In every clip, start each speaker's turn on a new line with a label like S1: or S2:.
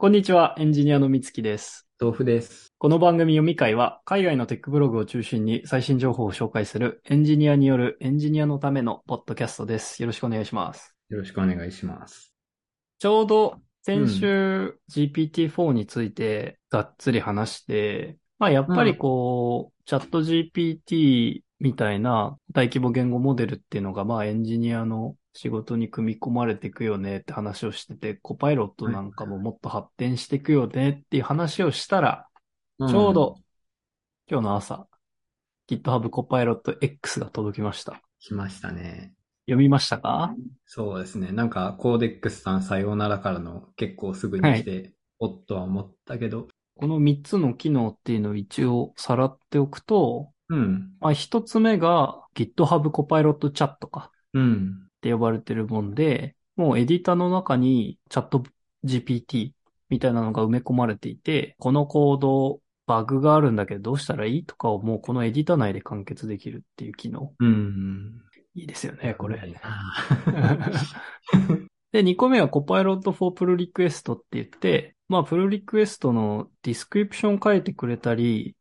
S1: こんにちは、エンジニアのみつきです。
S2: 豆腐です。
S1: この番組読み会は、海外のテックブログを中心に最新情報を紹介するエンジニアによるエンジニアのためのポッドキャストです。よろしくお願いします。
S2: よろしくお願いします。
S1: ちょうど先週 GPT-4 についてがっつり話して、まあやっぱりこう、チャット GPT みたいな大規模言語モデルっていうのがまあエンジニアの仕事に組み込まれていくよねって話をしてて、コパイロットなんかももっと発展していくよねっていう話をしたら、ちょうど今日の朝、GitHub コパイロット X が届きました。
S2: 来ましたね。
S1: 読みましたか
S2: そうですね。なんか、コーデックスさんさようならからの結構すぐに来て、おっとは思ったけど。
S1: この3つの機能っていうのを一応さらっておくと、
S2: うん。
S1: まあ、一つ目が GitHub コパイロットチャットか
S2: うん。
S1: って呼ばれてるもんで、もうエディターの中にチャット GPT みたいなのが埋め込まれていて、このコードバグがあるんだけどどうしたらいいとかをもうこのエディター内で完結できるっていう機能。
S2: うん。
S1: いいですよね、これ。
S2: あー
S1: で、2個目はコパイロット for プルリクエストって言って、まあ、プルリクエストのディスクリプション書いてくれたり、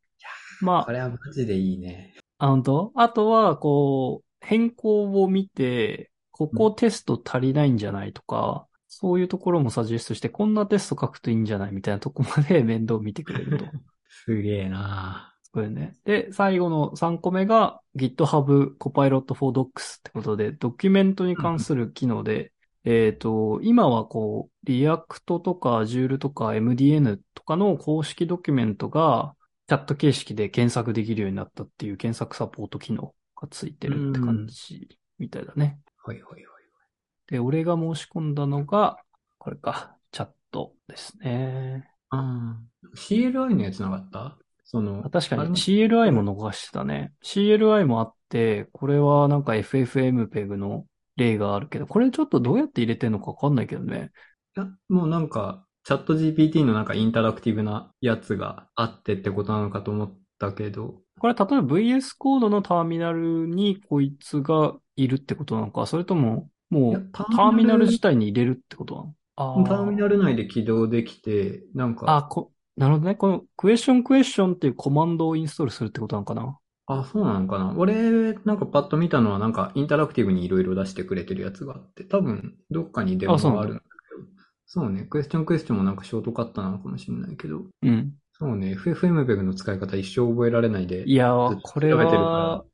S1: ま
S2: これはマジでいいね。
S1: あ、本当あとは、こう、変更を見て、ここテスト足りないんじゃないとか、そういうところもサジェストして、こんなテスト書くといいんじゃないみたいなとこまで面倒を見てくれると。
S2: すげえな
S1: これね。で、最後の3個目が GitHub Copilot for Docs ってことで、ドキュメントに関する機能で、えっと、今はこう、React とか Azure とか MDN とかの公式ドキュメントがチャット形式で検索できるようになったっていう検索サポート機能がついてるって感じみたいだね。
S2: ほいほいほい。
S1: で、俺が申し込んだのが、これか、チャットですね。
S2: あー CLI のやつなかったその
S1: あ、確か
S2: あれ
S1: に
S2: も
S1: CLI も逃してたね。CLI もあって、これはなんか FFmpeg の例があるけど、これちょっとどうやって入れてんのかわかんないけどね。
S2: いや、もうなんか、チャット GPT のなんかインタラクティブなやつがあってってことなのかと思ったけど、
S1: これ例えば VS コードのターミナルにこいつがいるってことなのか、それともも
S2: いや
S1: う
S2: タ
S1: ターミナル自体に入れるってことなのあー
S2: ターミナル内で起動できて、なん
S1: あ、
S2: か、
S1: こ、なるほどね。このクエスチョンクエスチョンっていうコマンドをインストールするってことなのかな
S2: あ、そうなのかな俺、なんかパッと見たのはなんかインタラクティブにいろいろ出してくれてるやつがあって、多分どっかにデモ
S1: あそうな
S2: が
S1: ん
S2: あ
S1: だ
S2: るんだけど、そうね、クエスチョンクエスチョンもなんかショートカットなのかもしれないけど、
S1: うん。
S2: そうね、FFmpeg の使い方一生覚えられないで、
S1: いや
S2: ずっ
S1: ー、
S2: と
S1: これ
S2: 調べてる
S1: は
S2: か、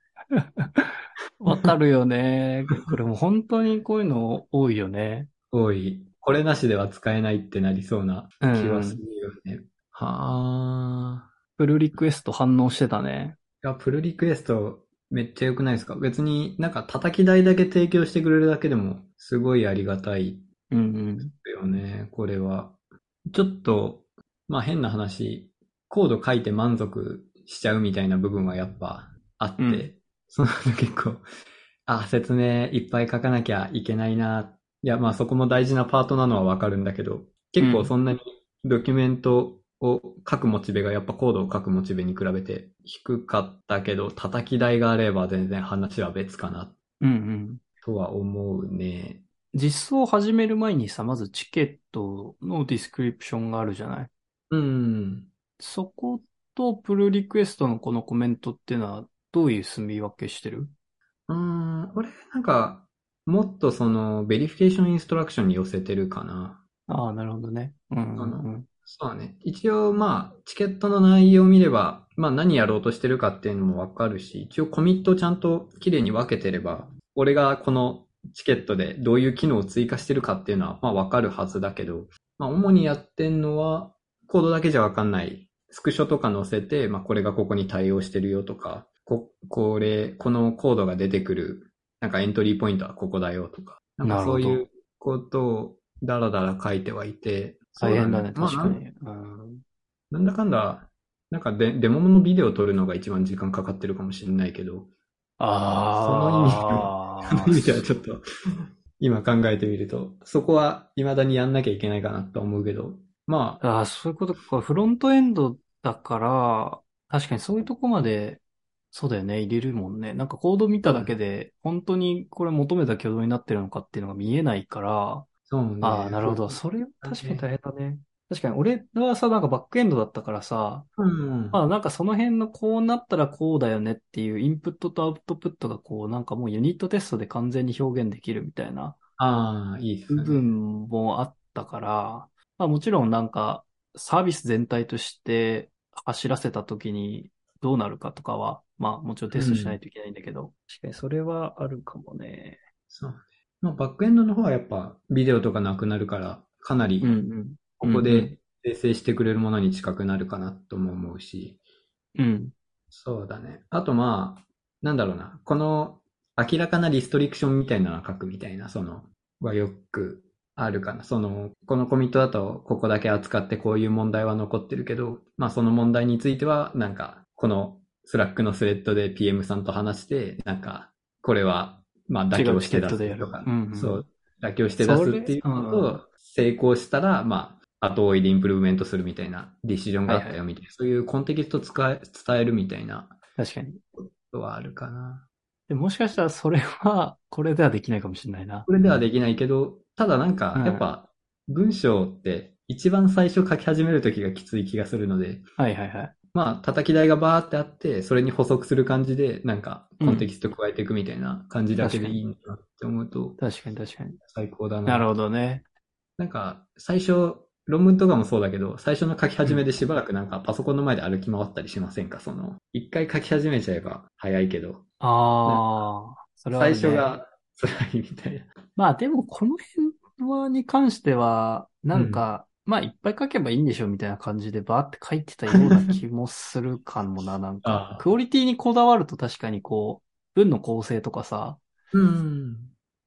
S1: わかるよね。これもう本当にこういうの多いよね。
S2: おい、これなしでは使えないってなりそうな
S1: う
S2: 気は
S1: ん
S2: す。るよね。はあ。
S1: フルリクエスト反応してたね。
S2: いや、プルリクエストめっちゃ良くないですか別になんか叩き台だけ提供してくれるだけでもすごいありがたい
S1: うんうん。
S2: よね、これは。ちょっと、まあ変な話、コード書いて満足しちゃうみたいな部分はやっぱあって、
S1: うん
S2: その後結構、あ、説明いっぱい書かなきゃいけないな。いや、まあそこも大事なパートなのはわかるんだけど、結構そんなにドキュメントを書くモチベがやっぱコードを書くモチベに比べて低かったけど、叩き台があれば全然話は別かな
S1: うんうん。
S2: とは思うね。
S1: 実装を始める前にさ、まずチケットのディスクリプションがあるじゃない
S2: うん。
S1: そことプルリクエストのこのコメントっていうのはどういう住み分けしてる
S2: うーん、俺、なんか、もっとその、ベリフィケーションインストラクションに寄せてるかな。
S1: ああ、なるほどね。うんうんうん。
S2: そうだね。一応、まあ、チケットの内容を見れば、まあ、何やろうとしてるかっていうのもわかるし、一応コミットをちゃんと綺麗に分けてれば、俺がこのチケットでどういう機能を追加してるかっていうのは、まあ、わかるはずだけど、まあ、主にやってんのは、コードだけじゃわかんない。スクショとか載せて、まあ、これがここに対応してるよとか、こ、これ、このコードが出てくる、なんかエントリーポイントはここだよとか、なんかそう
S1: なる
S2: い
S1: ほ
S2: うことをだらだら書いてはいて、
S1: 大変だね、
S2: そう
S1: 確か
S2: まあ
S1: に。うん
S2: なんだかんだ、なんかデデモのビデオを撮るのが一番時間かかってるかもしれないけど、
S1: ああ。
S2: そ の意味ではちょっと、今考えてみると、そこは未だにやんなきゃいけないかなと思うけど、まあ、
S1: ああ、そういうことか。フロントエンドだから、確かにそういうとこまで、そうだよね、入れるもんね。なんかコード見ただけで、本当にこれ求めた挙動になってるのかっていうのが見えないから、
S2: そうね。
S1: ああ、なるほど。そ
S2: そ
S1: れ、
S2: だね
S1: 確かに大変だね。確かに、俺はさ、なんかバックエンドだったからさ、
S2: うん。
S1: まあなんかその辺のこうなったらこうだよねっていうインプットとアウトプットがこうなんかもうユニットテストで完全に表現できるみたいな
S2: ああ、いいです
S1: 部
S2: ね。
S1: 分もあったから、まあもちろんなんかサービス全体として走らせた時にどうなるかとかは、まあもちろんテストしないといけないんだけど、確かにそれはあるかもね。
S2: そうね。まあ、バックエンドの方はやっぱビデオとかなくなるから、かなり
S1: うんうん。
S2: ここ
S1: うんう
S2: で生成してくれるものに近くなるかなとも思うし、
S1: うん。
S2: そうだね。あとまあ、なんだろうな。この明らかなリストリクションみたいなの書くみたいな、その、はよくあるかな。その、このコミットだとここだけ扱ってこういう問題は残ってるけど、まあその問題については、なんか、このスラックのスレッドで PM さんと話して、なんか、これは、まあ妥協して出す
S1: 違うスレッド
S2: と
S1: でやる、
S2: か
S1: うんうん
S2: そう、妥協して出すっていうこ
S1: それ
S2: と
S1: う
S2: を成功したら、まあ、後追いでインプルーブメントするみたいなディシジョンがあったよみたいな、そういうコンテキストを使え伝えるみたいな
S1: 確かに。
S2: ことはあるかな。
S1: でもしかしたらそれはこれではできないかもしれないな。
S2: これではできないけど、ただなんか
S1: うん、
S2: やっぱ、文章って一番最初書き始めるときがきつい気がするので、
S1: はいはいはい。
S2: まあ、叩き台がバーってあって、それに補足する感じで、なんか、コンテキスト加えていくみたいな感じだけでいいんだなって思うと、
S1: 確かに確かに。
S2: 最高だな。
S1: なるほどね。
S2: なんか、最初、論文とかもそうだけど、最初の書き始めでしばらくなんかパソコンの前で歩き回ったりしませんかその、一回書き始めちゃえば早いけど、
S1: ああ、それはあ
S2: 最
S1: るね
S2: 初が辛いみたいな。
S1: まあでもこの辺はに関しては、なんか、まあいっぱい書けばいいんでしょみたいな感じでバーって書いてたような気もするかもな、 なんか
S2: あ。あ
S1: クオリティにこだわると確かにこう、文の構成とかさ、
S2: うん。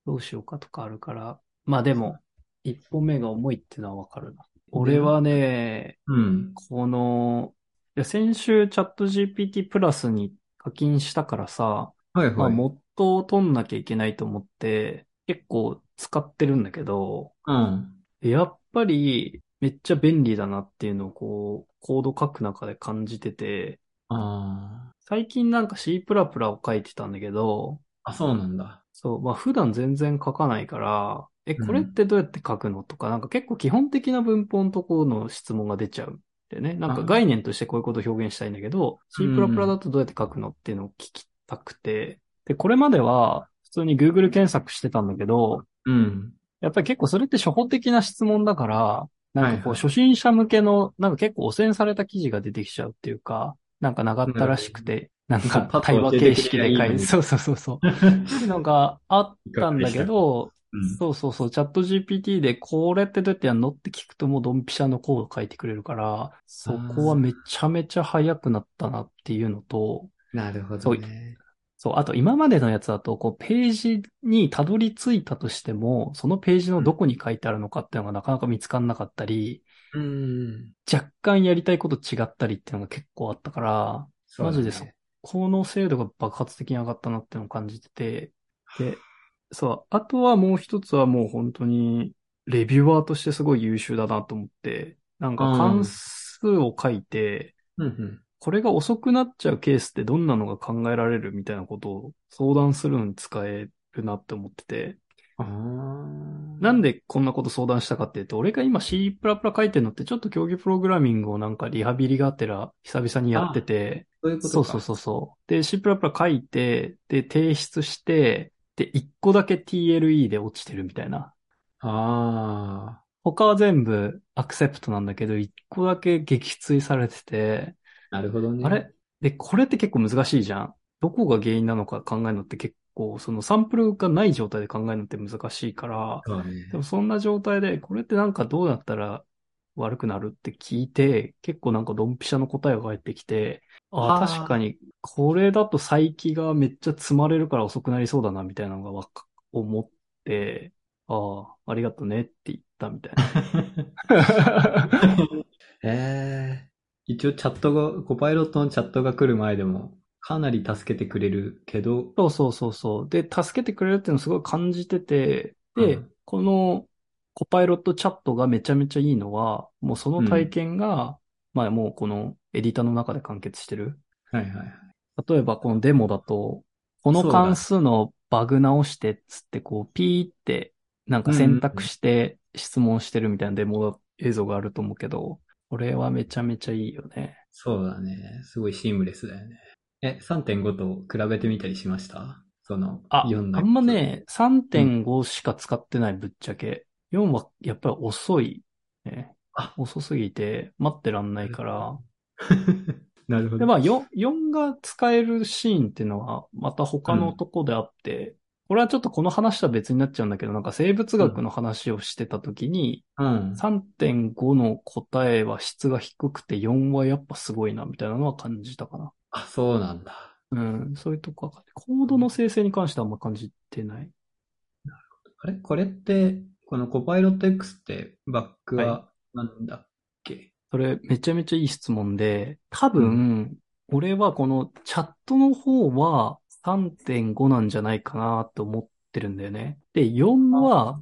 S1: どうしようかとかあるから。まあでも、一本目が重いってのはわかるな。俺はね、
S2: うん。
S1: この、いや先週チャット GPT プラスに課金したからさ、
S2: はい
S1: まあ
S2: はい。
S1: モッドを取んなきゃいけないと思って、結構使ってるんだけど、
S2: うん。
S1: やっぱりめっちゃ便利だなっていうのをこう、コード書く中で感じてて、
S2: あ
S1: 最近なんか C++ を書いてたんだけど、
S2: あ。あ、そうなんだ。
S1: そう、まあ普段全然書かないから、え、これってどうやって書くのとか、なんか結構基本的な文法のところの質問が出ちゃうんでね、なんか概念としてこういうことを表現したいんだけど、C++
S2: うん
S1: だとどうやって書くのっていうのを聞きたくて、で、これまでは普通に Google 検索してたんだけど、
S2: うん。
S1: やっぱり結構それって初歩的な質問だから、なんかこう
S2: はいはい
S1: 初心者向けの、なんか結構汚染された記事が出てきちゃうっていうか、なんか長ったらしくて、なん
S2: そうパ
S1: か
S2: ッと
S1: 対話形式で
S2: 出てき
S1: 書
S2: ゃいい
S1: いて、
S2: のに
S1: そうそうそうそう。っていうのがあったんだけど、
S2: うん
S1: そうそうそう、チャット GPT でこれってどうやってやんのって聞くともうドンピシャのコード書いてくれるから、そこはめちゃめちゃ早くなったなっていうのと、
S2: なるほどね。
S1: そう、あと今までのやつだと、こうページにたどり着いたとしても、そのページのどこに書いてあるのかっていうのがなかなか見つかんなかったり、
S2: うん。
S1: 若干やりたいこと違ったりっていうのが結構あったから、
S2: うだね
S1: マジでそう。この精度が爆発的に上がったなっていうのを感じてて、で、そう、あとはもう一つはもう本当に、レビュアーとしてすごい優秀だなと思って、なんか関数を書いて、
S2: うんうん。
S1: これが遅くなっちゃうケースってどんなのが考えられるみたいなことを相談するのに使えるなって思ってて、
S2: ああ。
S1: なんでこんなこと相談したかっていうと、俺が今 C++ 書いてるのってちょっと競技プログラミングをなんかリハビリがてら久々にやってて、
S2: そういうことか。
S1: そうそうそうそう。で、C++ 書いて、で、提出して、で、1個だけ TLE で落ちてるみたいな。
S2: あ
S1: 他は全部アクセプトなんだけど、1個だけ撃墜されてて、
S2: あ。なるほどね。
S1: あれで、これって結構難しいじゃん。どこが原因なのか考えるのって結構、そのサンプルがない状態で考えるのって難しいから、
S2: そ うね
S1: で。もそんな状態で、これってなんかどうやったら悪くなるって聞いて、結構なんかドンピシャの答えが返ってきて、あ
S2: は
S1: あ、
S2: あ
S1: 確かに、これだと再起がめっちゃ積まれるから遅くなりそうだな、みたいなのがわか、思って、ああ、ありがとねって言ったみたいな。
S2: ええ一応チャットが、コパイロットのチャットが来る前でも、かなり助けてくれるけど、
S1: そうそうそうそう。で、助けてくれるっていうのをすごい感じてて、で、
S2: うん
S1: このコパイロットチャットがめちゃめちゃいいのは、もうその体験が、まあもうこのエディターの中で完結してる。
S2: はいはいはい。
S1: 例えばこのデモだと、この
S2: そうだ
S1: 関数のバグ直してっつってこうピーってなんか選択して質問してるみたいなデモ映像があると思うけど、これはめちゃめちゃいいよね。
S2: そうだね。すごいシームレスだよね。え、3.5と比べてみたりしましたその、
S1: あ、あ
S2: 読んだ
S1: んまね、3.5しか使ってないぶっちゃけ。4はやっぱり遅い、ね
S2: あ。
S1: 遅すぎて待ってらんないから。
S2: なるほ
S1: で、
S2: ど。
S1: まあ4、4が使えるシーンっていうのはまた他のとこであって、これはちょっとこの話とは別になっちゃうんだけど、なんか生物学の話をしてた時に、
S2: うん。
S1: 3.5の答えは質が低くて4はやっぱすごいな、みたいなのは感じたかな。
S2: あ、そうなんだ。
S1: うん、そういうとこは、コードの生成に関してはあんま感じてない。
S2: あれこれって、このコパイロット X ってバックはなんだっけ、
S1: それめちゃめちゃいい質問で、多分、俺はこのチャットの方は3.5なんじゃないかなと思ってるんだよね。で、4は、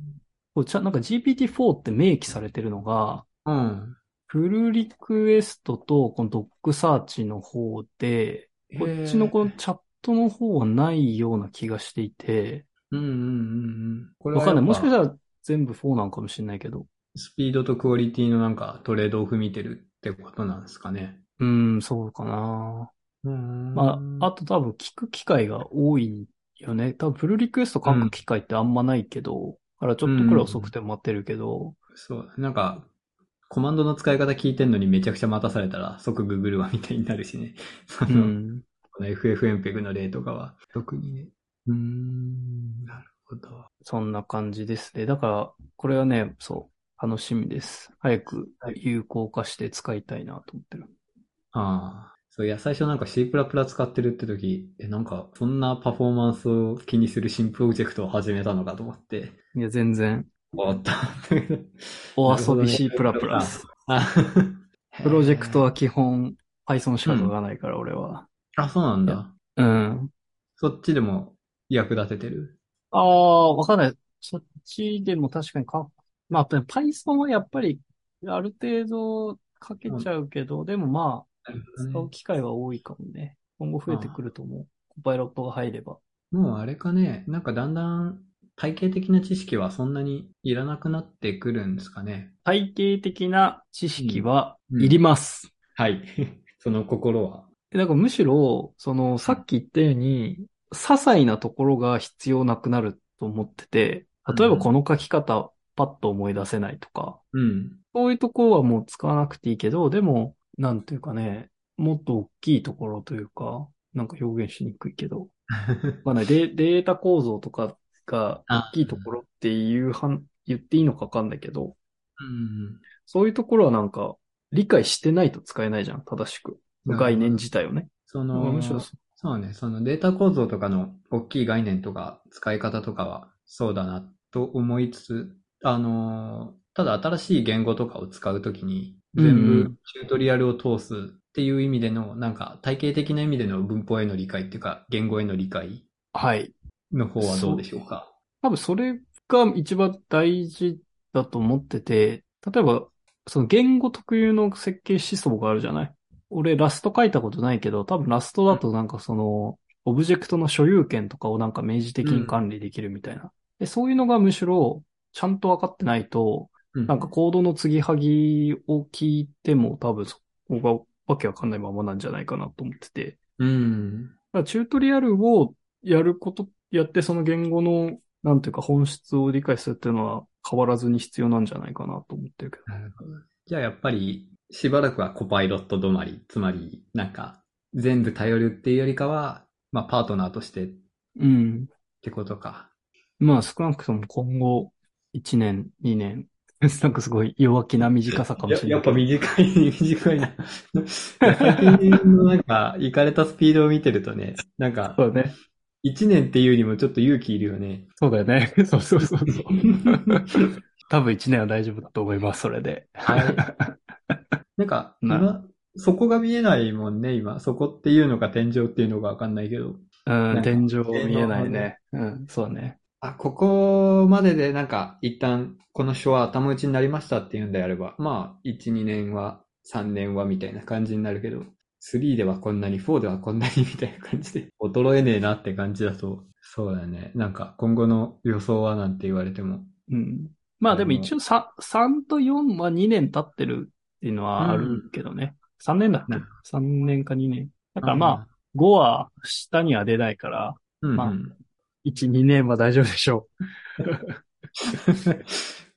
S1: こうちゃなんか GPT-4 って明記されてるのが、
S2: うん。
S1: フルリクエストとこのドッグサーチの方で、こっちのこのチャットの方はないような気がしていて、
S2: うんうんうんうん。これ
S1: わかんない。もしかし
S2: ら
S1: たら全部4なんかもしれないけど。
S2: スピードとクオリティのなんかトレードオフ見てるってことなんですかね。
S1: うん、そうかな。
S2: うん
S1: まあ、あと多分聞く機会が多いよね。多分フルリクエスト書く機会ってあんまないけど、だからちょっとこれ遅くて待ってるけど、
S2: そう、なんか、コマンドの使い方聞いてんのにめちゃくちゃ待たされたら即ググるわみたいになるしね。 そうの、
S1: ん。
S2: この FFmpeg の例とかは特にね。うーん、なるほど。
S1: そんな感じですね。だから、これはね、そう、楽しみです。早く有効化して使いたいなと思ってる。
S2: ああ。そういや、最初なんか C++ 使ってるって時、え、なんか、そんなパフォーマンスを気にする新プロジェクトを始めたのかと思って、
S1: いや、全然。
S2: 終わ った。
S1: お遊
S2: なるほど
S1: び
S2: ね
S1: しプラプラス。
S2: あ
S1: プロジェクトは基本、Python しか書かないから、俺は。
S2: あ、そうなんだ。
S1: うん。
S2: そっちでも役立ててる。
S1: ああ、わかんない。そっちでも確かにか、まあ、でも Python はやっぱり、ある程度書けちゃうけど、でもまあ、使う機会は多いかもね。今後増えてくると思う。コパイロットが入れば。
S2: もうあれかね、なんかだんだん体系的な知識はそんなにいらなくなってくるんですかね。
S1: 体系的な知識は
S2: うん
S1: いります。
S2: はい。 その心は。
S1: えだからむしろ、その、さっき言ったように、些細なところが必要なくなると思ってて、例えばこの書き方、パッと思い出せないとか、
S2: うん。
S1: そういうところはもう使わなくていいけど、でも、なんていうかね、もっと大きいところというか、なんか表現しにくいけど、まあね、デデータ構造とかが大きいところっていうはん、言っていいのかわかんないけど、
S2: うん。
S1: そういうところはなんか、理解してないと使えないじゃん、正しく。概念自体をね。
S2: そ
S1: だから
S2: の
S1: む、しろそ、
S2: そうね、そのデータ構造とかの大きい概念とか使い方とかはそうだなと思いつつ、あのー、ただ新しい言語とかを使うときに、全
S1: うんう
S2: 部
S1: ん
S2: チュートリアルを通すっていう意味での、なんか体系的な意味での文法への理解っていうか、言語への理解
S1: はい。
S2: の方はどうでしょうか。
S1: 多分それが一番大事だと思ってて、例えば、その言語特有の設計思想があるじゃない俺ラスト書いたことないけど、多分ラストだとなんかその、オブジェクトの所有権とかをなんか明示的に管理できるみたいな。でそういうのがむしろ、ちゃんと分かってないと、
S2: うん
S1: なんかコードの継ぎはぎを聞いても多分そこがわけわかんないままなんじゃないかなと思ってて。
S2: うん。
S1: だからチュートリアルをやること、やってその言語の、なんていうか本質を理解するっていうのは変わらずに必要なんじゃないかなと思ってるけど。
S2: なるほど。じゃあやっぱり、しばらくはコパイロット止まり、つまり、なんか、全部頼るっていうよりかは、まあパートナーとしてっ
S1: うん。
S2: てことか。
S1: まあ少なくとも今後、1年、2年、 なんかすごい弱気な短さかもしれない。
S2: ややっぱ短い、短いな。 最近のなんか、行かれたスピードを見てるとね、なんか、
S1: そうだね。
S2: 1年っていうにもちょっと勇気いるよね。
S1: そうだよね。 そうそうそうそう。多分1年は大丈夫だと思います、それで。
S2: はい。なんか、
S1: な
S2: 今、そこが見えないもんね、今。そこっていうのか天井っていうのかわかんないけど。
S1: うん、天井見えない
S2: 天井
S1: ね。うん、そうだね。
S2: あ、ここまででなんか一旦この書は頭打ちになりましたっていうんであれば、まあ、1、2年は、3年はみたいな感じになるけど、3ではこんなに、4ではこんなにみたいな感じで、 衰えねえなって感じだと、そうだよね。なんか今後の予想はなんて言われても。
S1: うん。まあでも一応 3, 3と4は2年経ってるっていうのはあるけどね。3年だっけ
S2: な
S1: ?3 年か2年。だからまあ、5は下には出ないから、
S2: うん、うん
S1: まあ
S2: うん
S1: 1、2年は大丈夫でしょ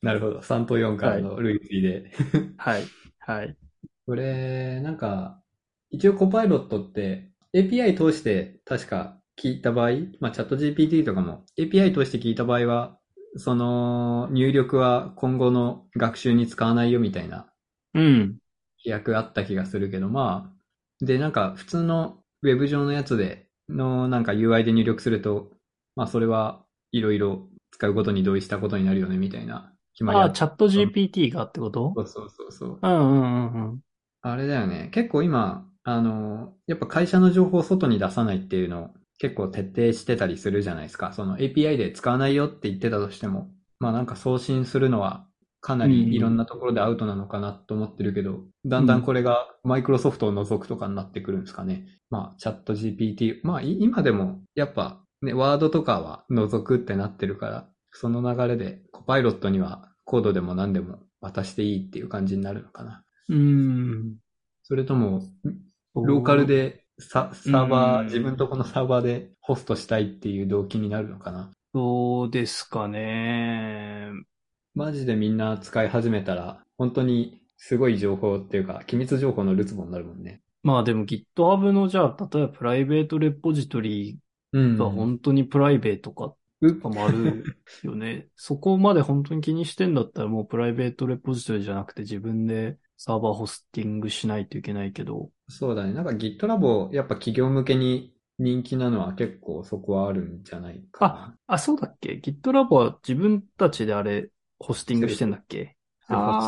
S2: なるほど。3と4からの類推で。
S1: う。はい。はい。
S2: これ、なんか、一応コパイロットって API 通して確か聞いた場合、まあチャット GPT とかも API 通して聞いた場合は、その入力は今後の学習に使わないよみたいな
S1: うん。
S2: 規約あった気がするけど、まあ、で、なんか普通のウェブ上のやつでのなんか UI で入力すると、まあそれはいろいろ使うことに同意したことになるよねみたいな決まり
S1: ああ、
S2: っ
S1: チャット GPT がってこと
S2: そうそうそうそう。
S1: うんうんうんうん。
S2: あれだよね。結構今、あの、やっぱ会社の情報を外に出さないっていうのを結構徹底してたりするじゃないですか。その API で使わないよって言ってたとしても、まあなんか送信するのはかな
S1: うん
S2: りいろんなところでアウトなのかなと思ってるけど、だんだんこれがマイクロソフトを除くとかになってくるんですかね。まあチャット GPT、まあい今でもやっぱね、ワードとかは除くってなってるから、その流れでコパイロットにはコードでも何でも渡していいっていう感じになるのかな。
S1: うん。
S2: それとも、ローカルでササー
S1: う
S2: バー、
S1: ん
S2: 自分とこのサーバーでホストしたいっていう動機になるのかな。
S1: そうですかね。
S2: マジでみんな使い始めたら、本当にすごい情報っていうか、機密情報のるつぼになるもんね。
S1: まあでも GitHub のじゃあ、例えばプライベートレポジトリ
S2: うん
S1: が本当にプライベートか
S2: う
S1: とかもあるよ ね。そこまで本当に気にしてんだったらもうプライベートレポジトリじゃなくて自分でサーバーホスティングしないといけないけど。
S2: そうだね。なんか GitLab、やっぱ企業向けに人気なのは結構そこはあるんじゃないかな。
S1: あ、そうだっけ ?GitLab は自分たちであれ、ホスティングしてんだっけ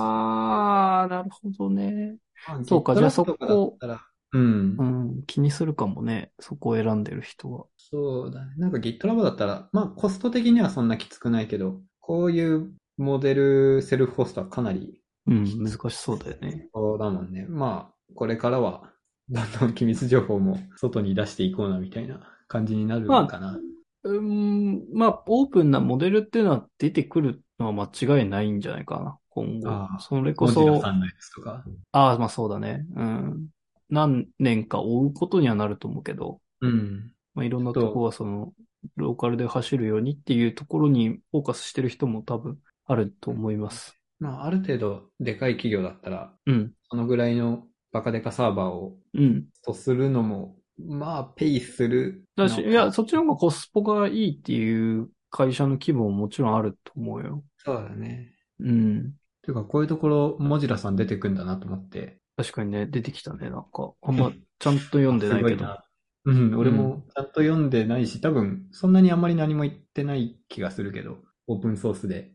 S1: あー、なるほどね。
S2: まあ
S1: そうかじゃあ
S2: GitLab とだったらうん
S1: う。ん、気にするかもね。そこを選んでる人は。
S2: そうだね。なんか GitLab だったら、まあコスト的にはそんなきつくないけど、こういうモデルセルフホストはかなり
S1: うん、難しそうだよね。
S2: そうだもんね。まあ、これからは、どんどん機密情報も外に出していこうなみたいな感じになるのかな。
S1: うーん、まあ、オープンなモデルっていうのは出てくるのは間違いないんじゃないかな、今後
S2: あ。あ
S1: それこ
S2: ゴジラ
S1: そ、
S2: さ
S1: あ
S2: んのやつとか。
S1: あ、まあそうだね。うん。何年か追うことにはなると思うけど、
S2: うん。
S1: まあ、いろんな
S2: ちょっと
S1: とこはその、ローカルで走るようにっていうところにフォーカスしてる人も多分あると思います。
S2: まあ、ある程度、でかい企業だったら、
S1: うん。
S2: そのぐらいのバカデカサーバーを
S1: うん。
S2: とするのも、まあ、ペイする
S1: だ
S2: のか。
S1: し、いや、そっちの方がコスポがいいっていう会社の規模ももちろんあると思うよ。
S2: そうだね。
S1: うん。
S2: ていうか、こういうところ、モジラさん出てくんだなと思って。
S1: 確かにね、出てきたね、なんか。あん ま、ちゃんと読んでないけ
S2: すご
S1: ど。
S2: な。うん、俺もちゃんと読んでないし、多分、そんなにあんまり何も言ってない気がするけど、オープンソースで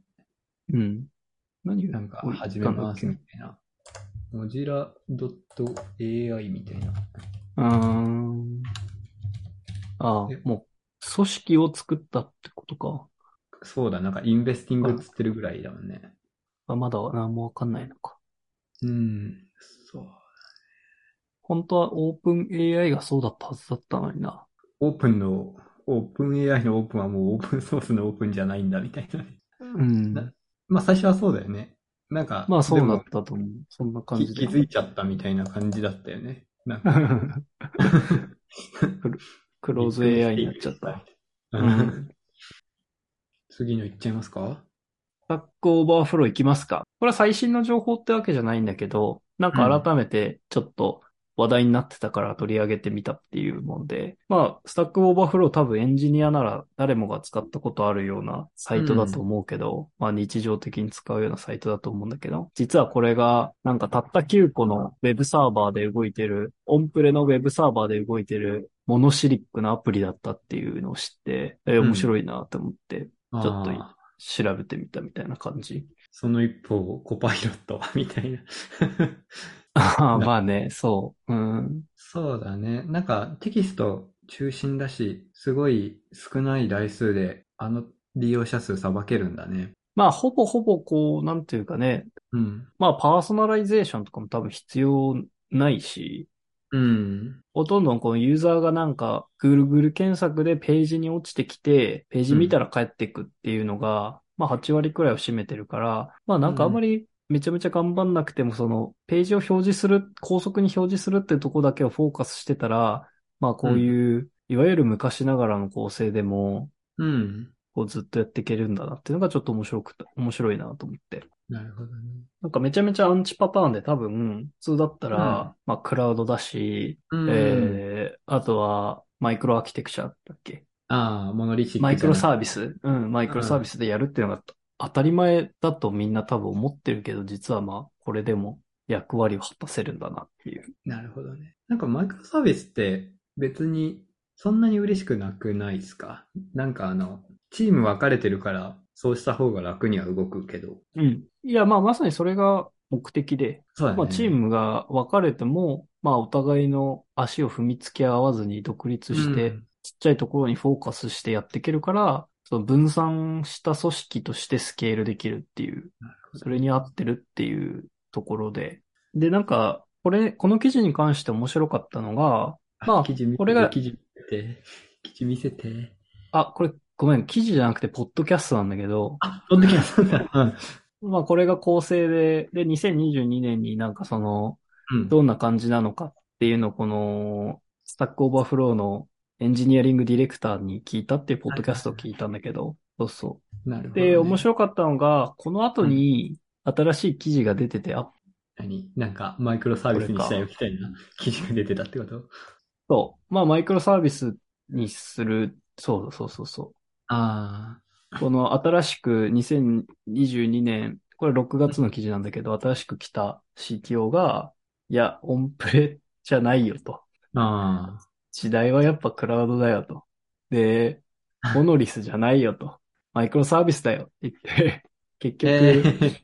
S1: うん。何
S2: な
S1: なん
S2: か
S1: おい
S2: 始めます
S1: 言
S2: み
S1: った
S2: いな。モジラ .ai みたいな。
S1: うーん。ああ
S2: え、
S1: もう、組織を作ったってことか。
S2: そうだ、なんかインベスティングっつってるぐらいだもんね。
S1: あまだ何もわかんないのか。
S2: うん。そう。
S1: 本当はオープン AI がそうだったはずだったのにな。
S2: オープンの、オープン AI のオープンはもうオープンソースのオープンじゃないんだみたいなね。
S1: うん。
S2: なまあ最初はそうだよね。なんか、
S1: まあそう
S2: で
S1: だ
S2: も
S1: ったと思う。そんな感
S2: き
S1: じ
S2: 気
S1: で。
S2: づいちゃったみたいな感じだったよね。なんか、
S1: クロク ローズ AI になっちゃった。。
S2: うん、次のいっちゃいますか
S1: バックオーバーフロー行きますか。これは最新の情報ってわけじゃないんだけど、なんか改めてちょっと話題になってたから取り上げてみたっていうもんで、まあ、スタックオーバーフロー多分エンジニアなら誰もが使ったことあるようなサイトだと思うけど、まあ日常的に使うようなサイトだと思うんだけど、実はこれがなんかたった9個のウェブサーバーで動いてる、オンプレのウェブサーバーで動いてるモノシリックなアプリだったっていうのを知って、え面白いなって思って、
S2: ち
S1: ょっといい調べてみたみたいな感じ。
S2: その一歩をコパイロットは、みたいな。
S1: ああ、 まあね、そう。うん。
S2: そうだね。なんかテキスト中心だし、すごい少ない台数で、あの利用者数さばけるんだね。
S1: まあ、ほぼほぼこう、なんていうかね、
S2: うん。
S1: まあ、パーソナライゼーションとかも多分必要ないし、
S2: うん。
S1: ほとんどこのユーザーがなんか、Google 検索でページに落ちてきて、ページ見たら帰ってくっていうのが、まあ8割くらいを占めてるから、まあなんかあんまりめちゃめちゃ頑張んなくても、そのページを表示する、高速に表示するってとこだけをフォーカスしてたら、まあこういう、いわゆる昔ながらの構成でも、
S2: うん。
S1: こうずっとやっていけるんだなっていうのがちょっと面白くて、面白いなと思って。
S2: なるほどね。
S1: なんかめちゃめちゃアンチパターンで多分、普通だったら、
S2: うん
S1: まあクラウドだし、
S2: うん。
S1: えー、あとはマイクロアーキテクチャだっけ
S2: ああ、モノリチック
S1: マイクロサ
S2: ー
S1: ービス、うん、マイクロサービスでやるっていうのが当たり前だとみんな多分思ってるけど、実はまあ、これでも役割を果たせるんだなっていう。
S2: なるほどね。なんかマイクロサービスって別にそんなに嬉しくなくないですかなんかあの、チーム分かれてるからそうした方が楽には動くけど。
S1: うん。いや、まあ、まさにそれが目的で、
S2: そうだね。
S1: まあ、チームが分かれても、まあ、お互いの足を踏みつけ合わずに独立して、
S2: うん
S1: ちっちゃいところにフォーカスしてやっていけるから、その分散した組織としてスケールできるっていう
S2: なるほど
S1: それに合ってるっていうところで。で、なんか、これ、この記事に関して面白かったのが、まあ
S2: 記事見せて
S1: これが
S2: 記事見せて。記事見せて。
S1: あ、これ、ごめん、記事じゃなくて、ポッドキャストなんだけど、
S2: あ、ポッドキャストだ。うん
S1: まあ、これが構成で、で、2022年になんかその、
S2: うん。
S1: どんな感じなのかっていうのを、この、スタックオーバーフローのエンジニアリングディレクターに聞いたっていうポッドキャストを聞いたんだけど、そうそう。
S2: なるほど、ね。
S1: で、面白かったのが、この後に新しい記事が出てて、あ、
S2: 何なんか、マイクロサービスにしたよみたいな記事が出てたってこと
S1: そう、まあ、マイクロサービスにする、そうそうそうそう。
S2: ああ。
S1: この新しく2022年、これ6月の記事なんだけど、新しく来た CTO が、いや、オンプレじゃないよと。
S2: あ
S1: 時代はやっぱクラウドだよと。 で、モノリスじゃないよと。マイクロサービスだよって言って、結
S2: あ。
S1: 局、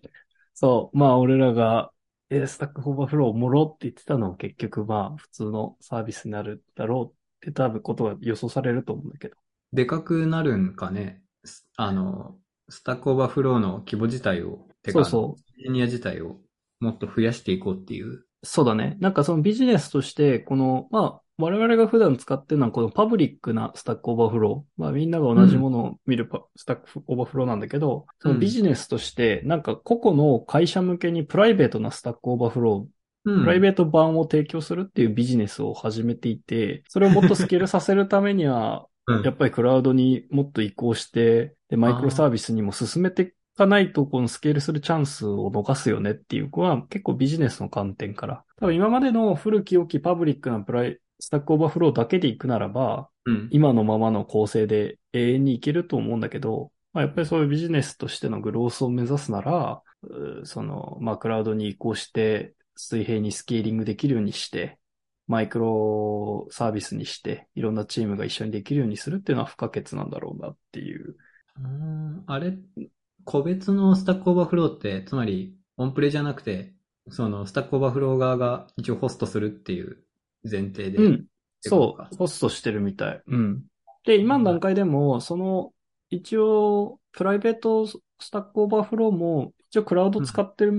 S1: そう、まあ俺らが、えースタックオーバーフローおもろって言ってたのを結局まあ普通のサービスになるだろうって多分ことが予想されると思うんだけど。
S2: でかくなるんかね。すあの、スタックオーバーフローの規模自体を、て
S1: そ
S2: か、
S1: うそう。
S2: エンジニア自体をもっと増やしていこうっていう。
S1: そうだね。なんかそのビジネスとして、この、まあ、我々が普段使ってるのはこのパブリックなスタックオーバーフロー。まあみんなが同じものを見るパスタックオーバーフローなんだけど、そのビジネスとして、なんか個々の会社向けにプライベートなスタックオーバーフロ
S2: う
S1: ー、
S2: ん。
S1: プライベート版を提供するっていうビジネスを始めていて、それをもっとスケールさせるためには、
S2: うん
S1: やっぱりクラウドにもっと移行して、で、マイクロサービスにも進めていかないと、このスケールするチャンスを逃すよねっていう子は、結構ビジネスの観点から。多分今までの古き良きパブリックなプライ、スタックオーバーフローだけで行くならば、
S2: うん。
S1: 今のままの構成で永遠にいけると思うんだけど、まあ、やっぱりそういうビジネスとしてのグロースを目指すなら、うーその、まあ、クラウドに移行して、水平にスケーリングできるようにして、マイクロサービスにして、いろんなチームが一緒にできるようにするっていうのは不可欠なんだろうなっていう。
S2: うんあれ、個別のスタックオーバーフローって、つまり、オンプレじゃなくて、その、スタックオーバーフロー側が一応ホストするっていう前提で。
S1: うん。
S2: ってこと
S1: そ
S2: か
S1: う、ホストしてるみたい。うん。で、今の段階でも、その、一応、プライベートスタックオーバーフローも、一応クラウド使ってる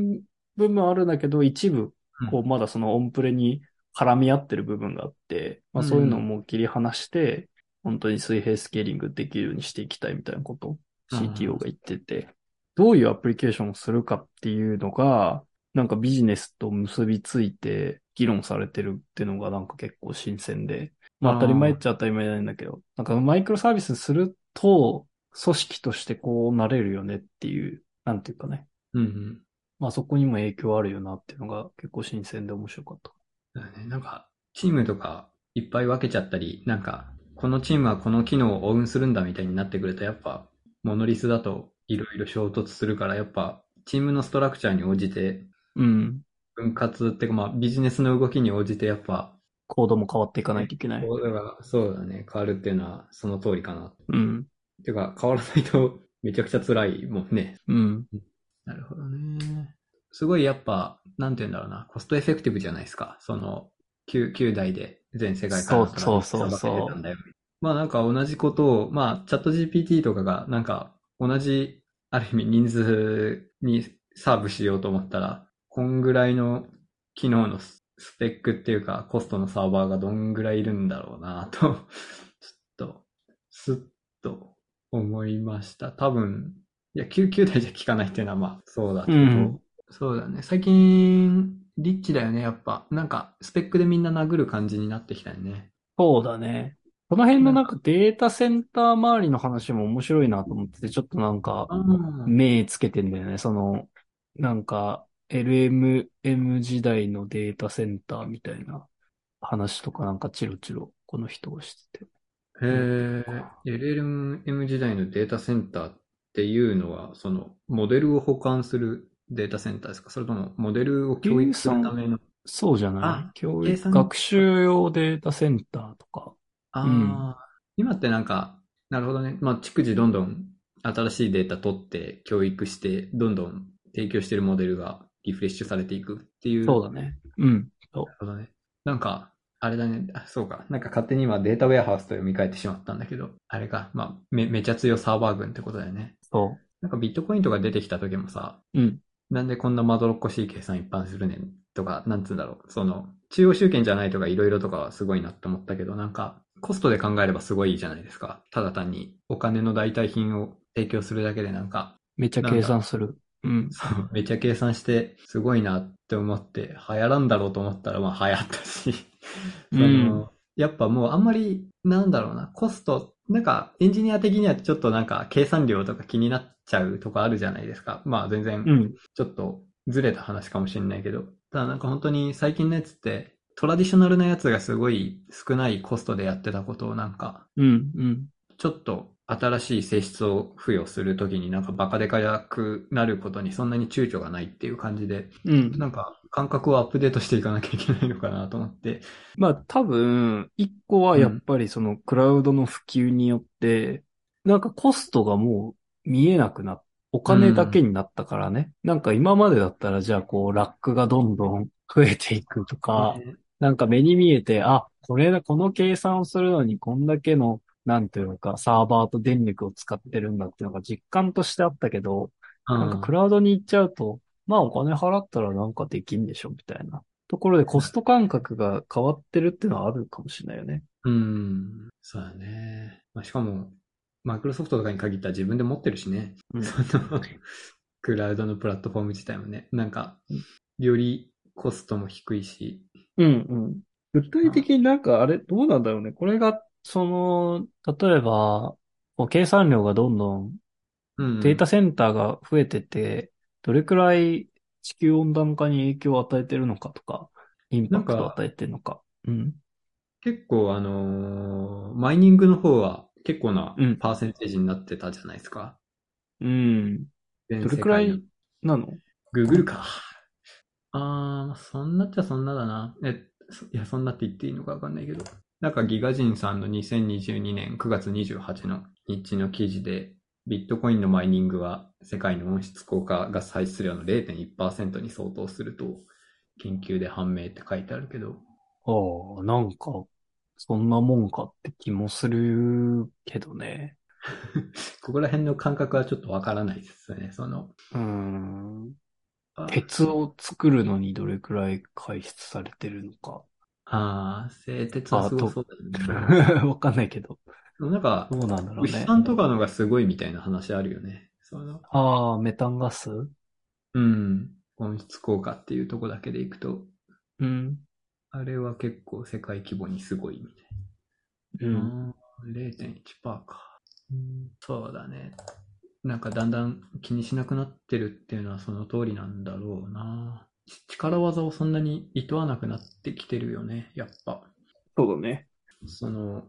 S1: 部分はあるんだけど、一部、こう、まだそのオンプレに絡み合ってる部分があって、まあ
S2: うん
S1: そういうのをもう切り離して、本当に水平スケーリングできるようにしていきたいみたいなことを
S2: うん
S1: CTO が言ってて、どういうアプリケーションをするかっていうのが、なんかビジネスと結びついて議論されてるっていうのがなんか結構新鮮で、まあ
S2: あー
S1: 当たり前っちゃ当たり前なんだけど、なんかマイクロサービスにすると、組織としてこうなれるよねっていう、なんていうかね、
S2: うんうん。
S1: まあそこにも影響あるよなっていうのが結構新鮮で面白かった。
S2: だよね。なんか、チームとかいっぱい分けちゃったり、なんか、このチームはこの機能をオウンするんだみたいになってくると、やっぱ、モノリスだといろいろ衝突するから、やっぱ、チームのストラクチャーに応じて、
S1: うん。
S2: 分割っていうか、まあ、ビジネスの動きに応じて、やっぱ、
S1: コードも変わっていかないといけない。
S2: 行動が、そうだね、変わるっていうのは、その通りかな。
S1: うん。
S2: てか、変わらないと、めちゃくちゃ辛いもんね。
S1: うん。
S2: なるほどね。すごいやっぱ、なんて言うんだろうな、コストエフェクティブじゃないですか。その、9, 9台で全世界から
S1: そうそうそうそう
S2: さばけてたんだよまあなんか同じことを、まあチャット GPT とかがなんか同じ、ある意味人数にサーブしようと思ったら、こんぐらいの機能のススペックっていうかコストのサーバーがどんぐらいいるんだろうなと、ちょっと、すっと思いました。多分、いや、99台じゃ効かないっていうのはまあ、そうだけ
S1: う
S2: ど、
S1: ん
S2: そうだね。最近、リッチだよね、やっぱ。なんか、スペックでみんな殴る感じになってきたよね。
S1: そうだね。この辺のなんかデータセンター周りの話も面白いなと思ってて、ちょっとなんか
S2: ああ、
S1: 目つけてんだよね。その、なんか LMM 時代のデータセンターみたいな話とかなんかチロチロこの人をしてて。
S2: へえ、LLM 時代のデータセンターっていうのは、その、モデルを保管するデータセンターですかそれとも、モデルを教育するための。
S1: そうじゃない
S2: あ
S1: 教
S2: 計
S1: 育、
S2: 算
S1: 学習用データセンターとか。
S2: ああ、
S1: うん
S2: 今ってなんか、なるほどね。まあ、逐次どんどん新しいデータ取って、教育して、どんどん提供してるモデルがリフレッシュされていくっていう。
S1: そうだね。うん。
S2: なるほどね。なんか、あれだね。あ、そうか。なんか勝手に今データウェアハウスと読み替えてしまったんだけど、あれか。まあ、め、めちゃ強サーバー群ってことだよね。
S1: そ
S2: なんかビットコインとか出てきた時もさ、
S1: う。うん。
S2: なんでこんなまどろっこしい計算一般するねんとか、なんつうんだろう。その、中央集権じゃないとかいろいろとかはすごいなって思ったけど、なんか、コストで考えればすごいいいじゃないですか。ただ単にお金の代替品を提供するだけでなんか、
S1: めっちゃ計算する。うん。
S2: そう、めちゃ計算して、すごいなって思って、流行らんだろうと思ったら、まあ流行ったし、
S1: う
S2: そ
S1: ん
S2: の、やっぱもうあんまり、なんだろうな、コスト、なんかエンジニア的にはちょっとなんか計算量とか気になっちゃうとかあるじゃないですか。まあ全然、
S1: うん。
S2: ちょっとずれた話かもしれないけど、ただなんか本当に最近のやつって、トラディショナルなやつがすごい少ないコストでやってたことをなんか、
S1: うん。うん。
S2: ちょっと新しい性質を付与するときになんかバカでかくなることにそんなに躊躇がないっていう感じで、
S1: うん。
S2: なんか感覚をアップデートしていかなきゃいけないのかなと思って。
S1: まあ多分、一個はやっぱりそのクラウドの普及によって、なんかコストがもう見えなくなっお金だけになったからね。なんか今までだったらじゃあこうラックがどんどん増えていくとか、
S2: ね
S1: なんか目に見えて、あ、これだ、この計算をするのにこんだけの、なんていうのか、サーバーと電力を使ってるんだっていうのが実感としてあったけど、なんかクラウドに行っちゃうと、まあお金払ったらなんかできんでしょみたいなところでコスト感覚が変わってるっていうのはあるかもしれないよね。
S2: うん、うんそうだね。まあ、しかも、マイクロソフトとかに限ったら自分で持ってるしね。
S1: うん
S2: その、 クラウドのプラットフォーム自体もね、なんか、よりコストも低いし、
S1: うんうん。具体的になんかあれ、どうなんだろうね。これが、その、例えば、こう計算量がどんどん
S2: うん
S1: データセンターが増えてて、どれくらい地球温暖化に影響を与えてるのかとか、インパクトを与えてるのか。うん。
S2: 結構あのーマイニングの方は結構な
S1: うん
S2: パーセンテージになってたじゃないですか。
S1: うん。
S2: 全
S1: どれ
S2: 世
S1: くら
S2: 界の
S1: いなの
S2: グーグルか。あー、まあそんなっちゃそんなだな。え、そいや、そんなって言っていいのかわかんないけど。なんかギガ人さんの2022年9月28の日の記事で、ビットコインのマイニングは世界の温室効果ガス排出量の0.1%に相当すると、研究で判明って書いてあるけど。
S1: ああ、なんか、そんなもんかって気もするけどね。
S2: ここら辺の感覚はちょっとわからないですよね。その、
S1: うーん。
S2: あ
S1: 鉄を作るのにどれくらい排出されてるの か。
S2: ああ、製鉄はすごそうだよね。
S1: わかんないけど。
S2: なんか
S1: ど、うなんだろう
S2: 牛
S1: ね。
S2: さんとかのがすごいみたいな話あるよね。その、
S1: ああ、メタンガス
S2: うん、温室効果っていうとこだけでいくと、
S1: うん。
S2: あれは結構世界規模にすごいみたいうな。
S1: ん。
S2: うん、0.1%か。うんそうだね。なんかだんだん気にしなくなってるっていうのはその通りなんだろうな。ち力技をそんなに厭わなくなってきてるよね、やっぱ。
S1: そうだね。
S2: その、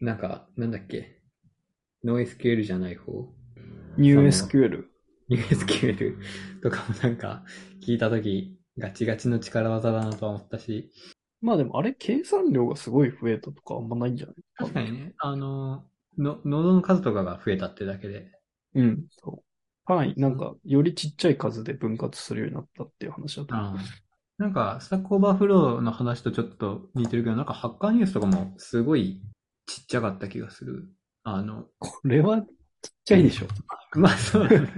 S2: なんか、なんだっけ。NoSQL じゃない方
S1: ニュー
S2: その
S1: SQL。
S2: USQL とかもなんか聞いたとき、ガチガチの力技だなとは思ったし、
S1: まあでもあれ、計算量がすごい増えたとかあんまないんじゃない
S2: 確かにね、あの、の、ノードの数とかが増えたってだけで、
S1: うん、そう。単位、なんか、よりちっちゃい数で分割するようになったっていう話だった。
S2: あなんか、スタックオーバーフローの話とちょっと似てるけど、なんかハッカーニュースとかもすごいちっちゃかった気がする。あの、
S1: これは、ちっちゃいでしょ。
S2: まあそうだね。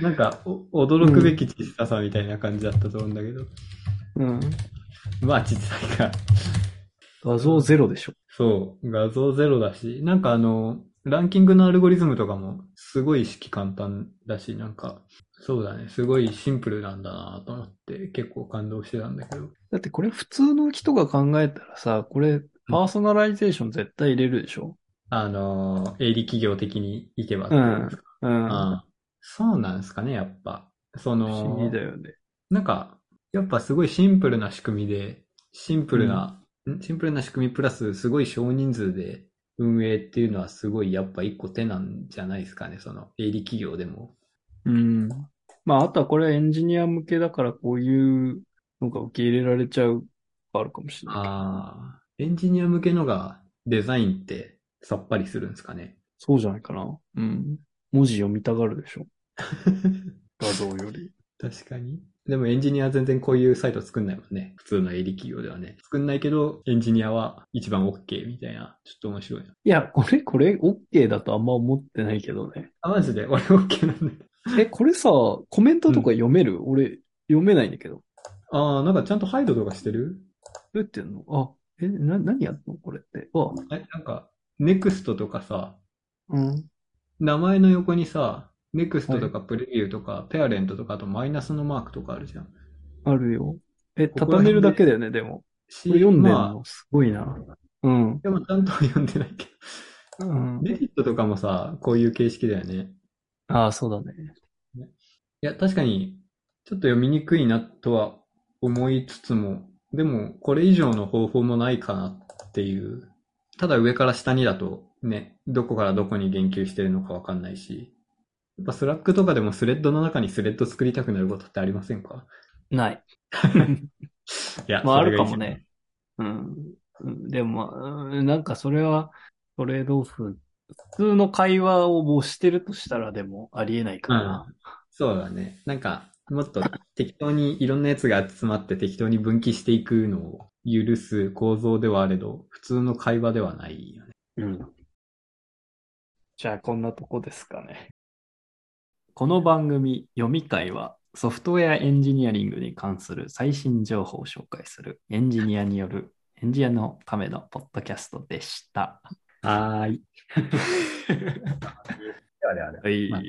S2: なんか、お驚くべき小ささみたいな感じだったと思うんだけど、
S1: うん。
S2: まあ小さいか。
S1: 画像ゼロでしょ。
S2: そう、画像ゼロだし、なんかあの、ランキングのアルゴリズムとかも、すごい式簡単だし、なんか、そうだね、すごいシンプルなんだなと思って、結構感動してたんだけど。
S1: だってこれ普通の人が考えたらさ、これパーソナライゼーション絶対入れるでしょ
S2: あのー、営利企業的にいけばってことですか
S1: うん。
S2: ああそうなんですかね、やっぱ。そ
S1: 不
S2: の、
S1: 思議だよね。
S2: なんか、やっぱすごいシンプルな仕組みで、シンプルな、んシンプルな仕組みプラスすごい少人数で運営っていうのはすごいやっぱ一個手なんじゃないですかね、その営利企業でも。
S1: うん。まあ、あとはこれはエンジニア向けだからこういうのが受け入れられちゃう、あるかもしれないけど。
S2: ああ、エンジニア向けのがデザインってさっぱりするんですかね。
S1: そうじゃないかな。うん。文字読みたがるでしょ。画像より。
S2: 確かに。でもエンジニアは全然こういうサイト作んないもんね。普通の営利企業ではね。作んないけど、エンジニアは一番 OK みたいな。ちょっと面白いな。
S1: いや、これ、これ、OK だとあんま思ってないけどね。
S2: あ、マジで 俺 OK なんだ。
S1: え、これさ、コメントとか読める、俺、読めないんだけど。
S2: ああ、なんかちゃんとハイドとかしてる
S1: どうやってやるのあ、え、な、何やるのこれって。わ、
S2: え、なんか、ネクストとかさ、
S1: うん。
S2: 名前の横にさ、ネクストとかプレビューとか、ペアレントとか、あとマイナスのマークとかあるじゃん。
S1: あるよ。え、
S2: ここら辺で
S1: 畳めるだけだよね、でも。
S2: し
S1: これ読んでん
S2: まあ、
S1: のすごいな。うん。
S2: でもちゃんとは読んでないけど。
S1: うん。
S2: レディットとかもさ、こういう形式だよね。
S1: ああ、そうだね。
S2: いや、確かに、ちょっと読みにくいなとは思いつつも、でも、これ以上の方法もないかなっていう。ただ上から下にだと、ね、どこからどこに言及してるのかわかんないし。やっぱスラックとかでもスレッドの中にスレッド作りたくなることってありませんか
S1: ない。
S2: いや、
S1: まあ、あ
S2: それ
S1: る
S2: が
S1: か
S2: 一
S1: も
S2: 番。
S1: ね。うん。うんでも、まあうんなんかそれは、トレードオフ、普通の会話をもうしてるとしたらでもありえないからな。
S2: そうだね。なんか、もっと適当にいろんなやつが集まって適当に分岐していくのを許す構造ではあれど、普通の会話ではないよね。
S1: うん。じゃあ、こんなとこですかね。この番組、読み会は、ソフトウェアエンジニアリングに関する最新情報を紹介するエンジニアによるエンジニアのためのポッドキャストでした。
S2: はーい。
S1: は
S2: ではではでは。
S1: い。
S2: まあ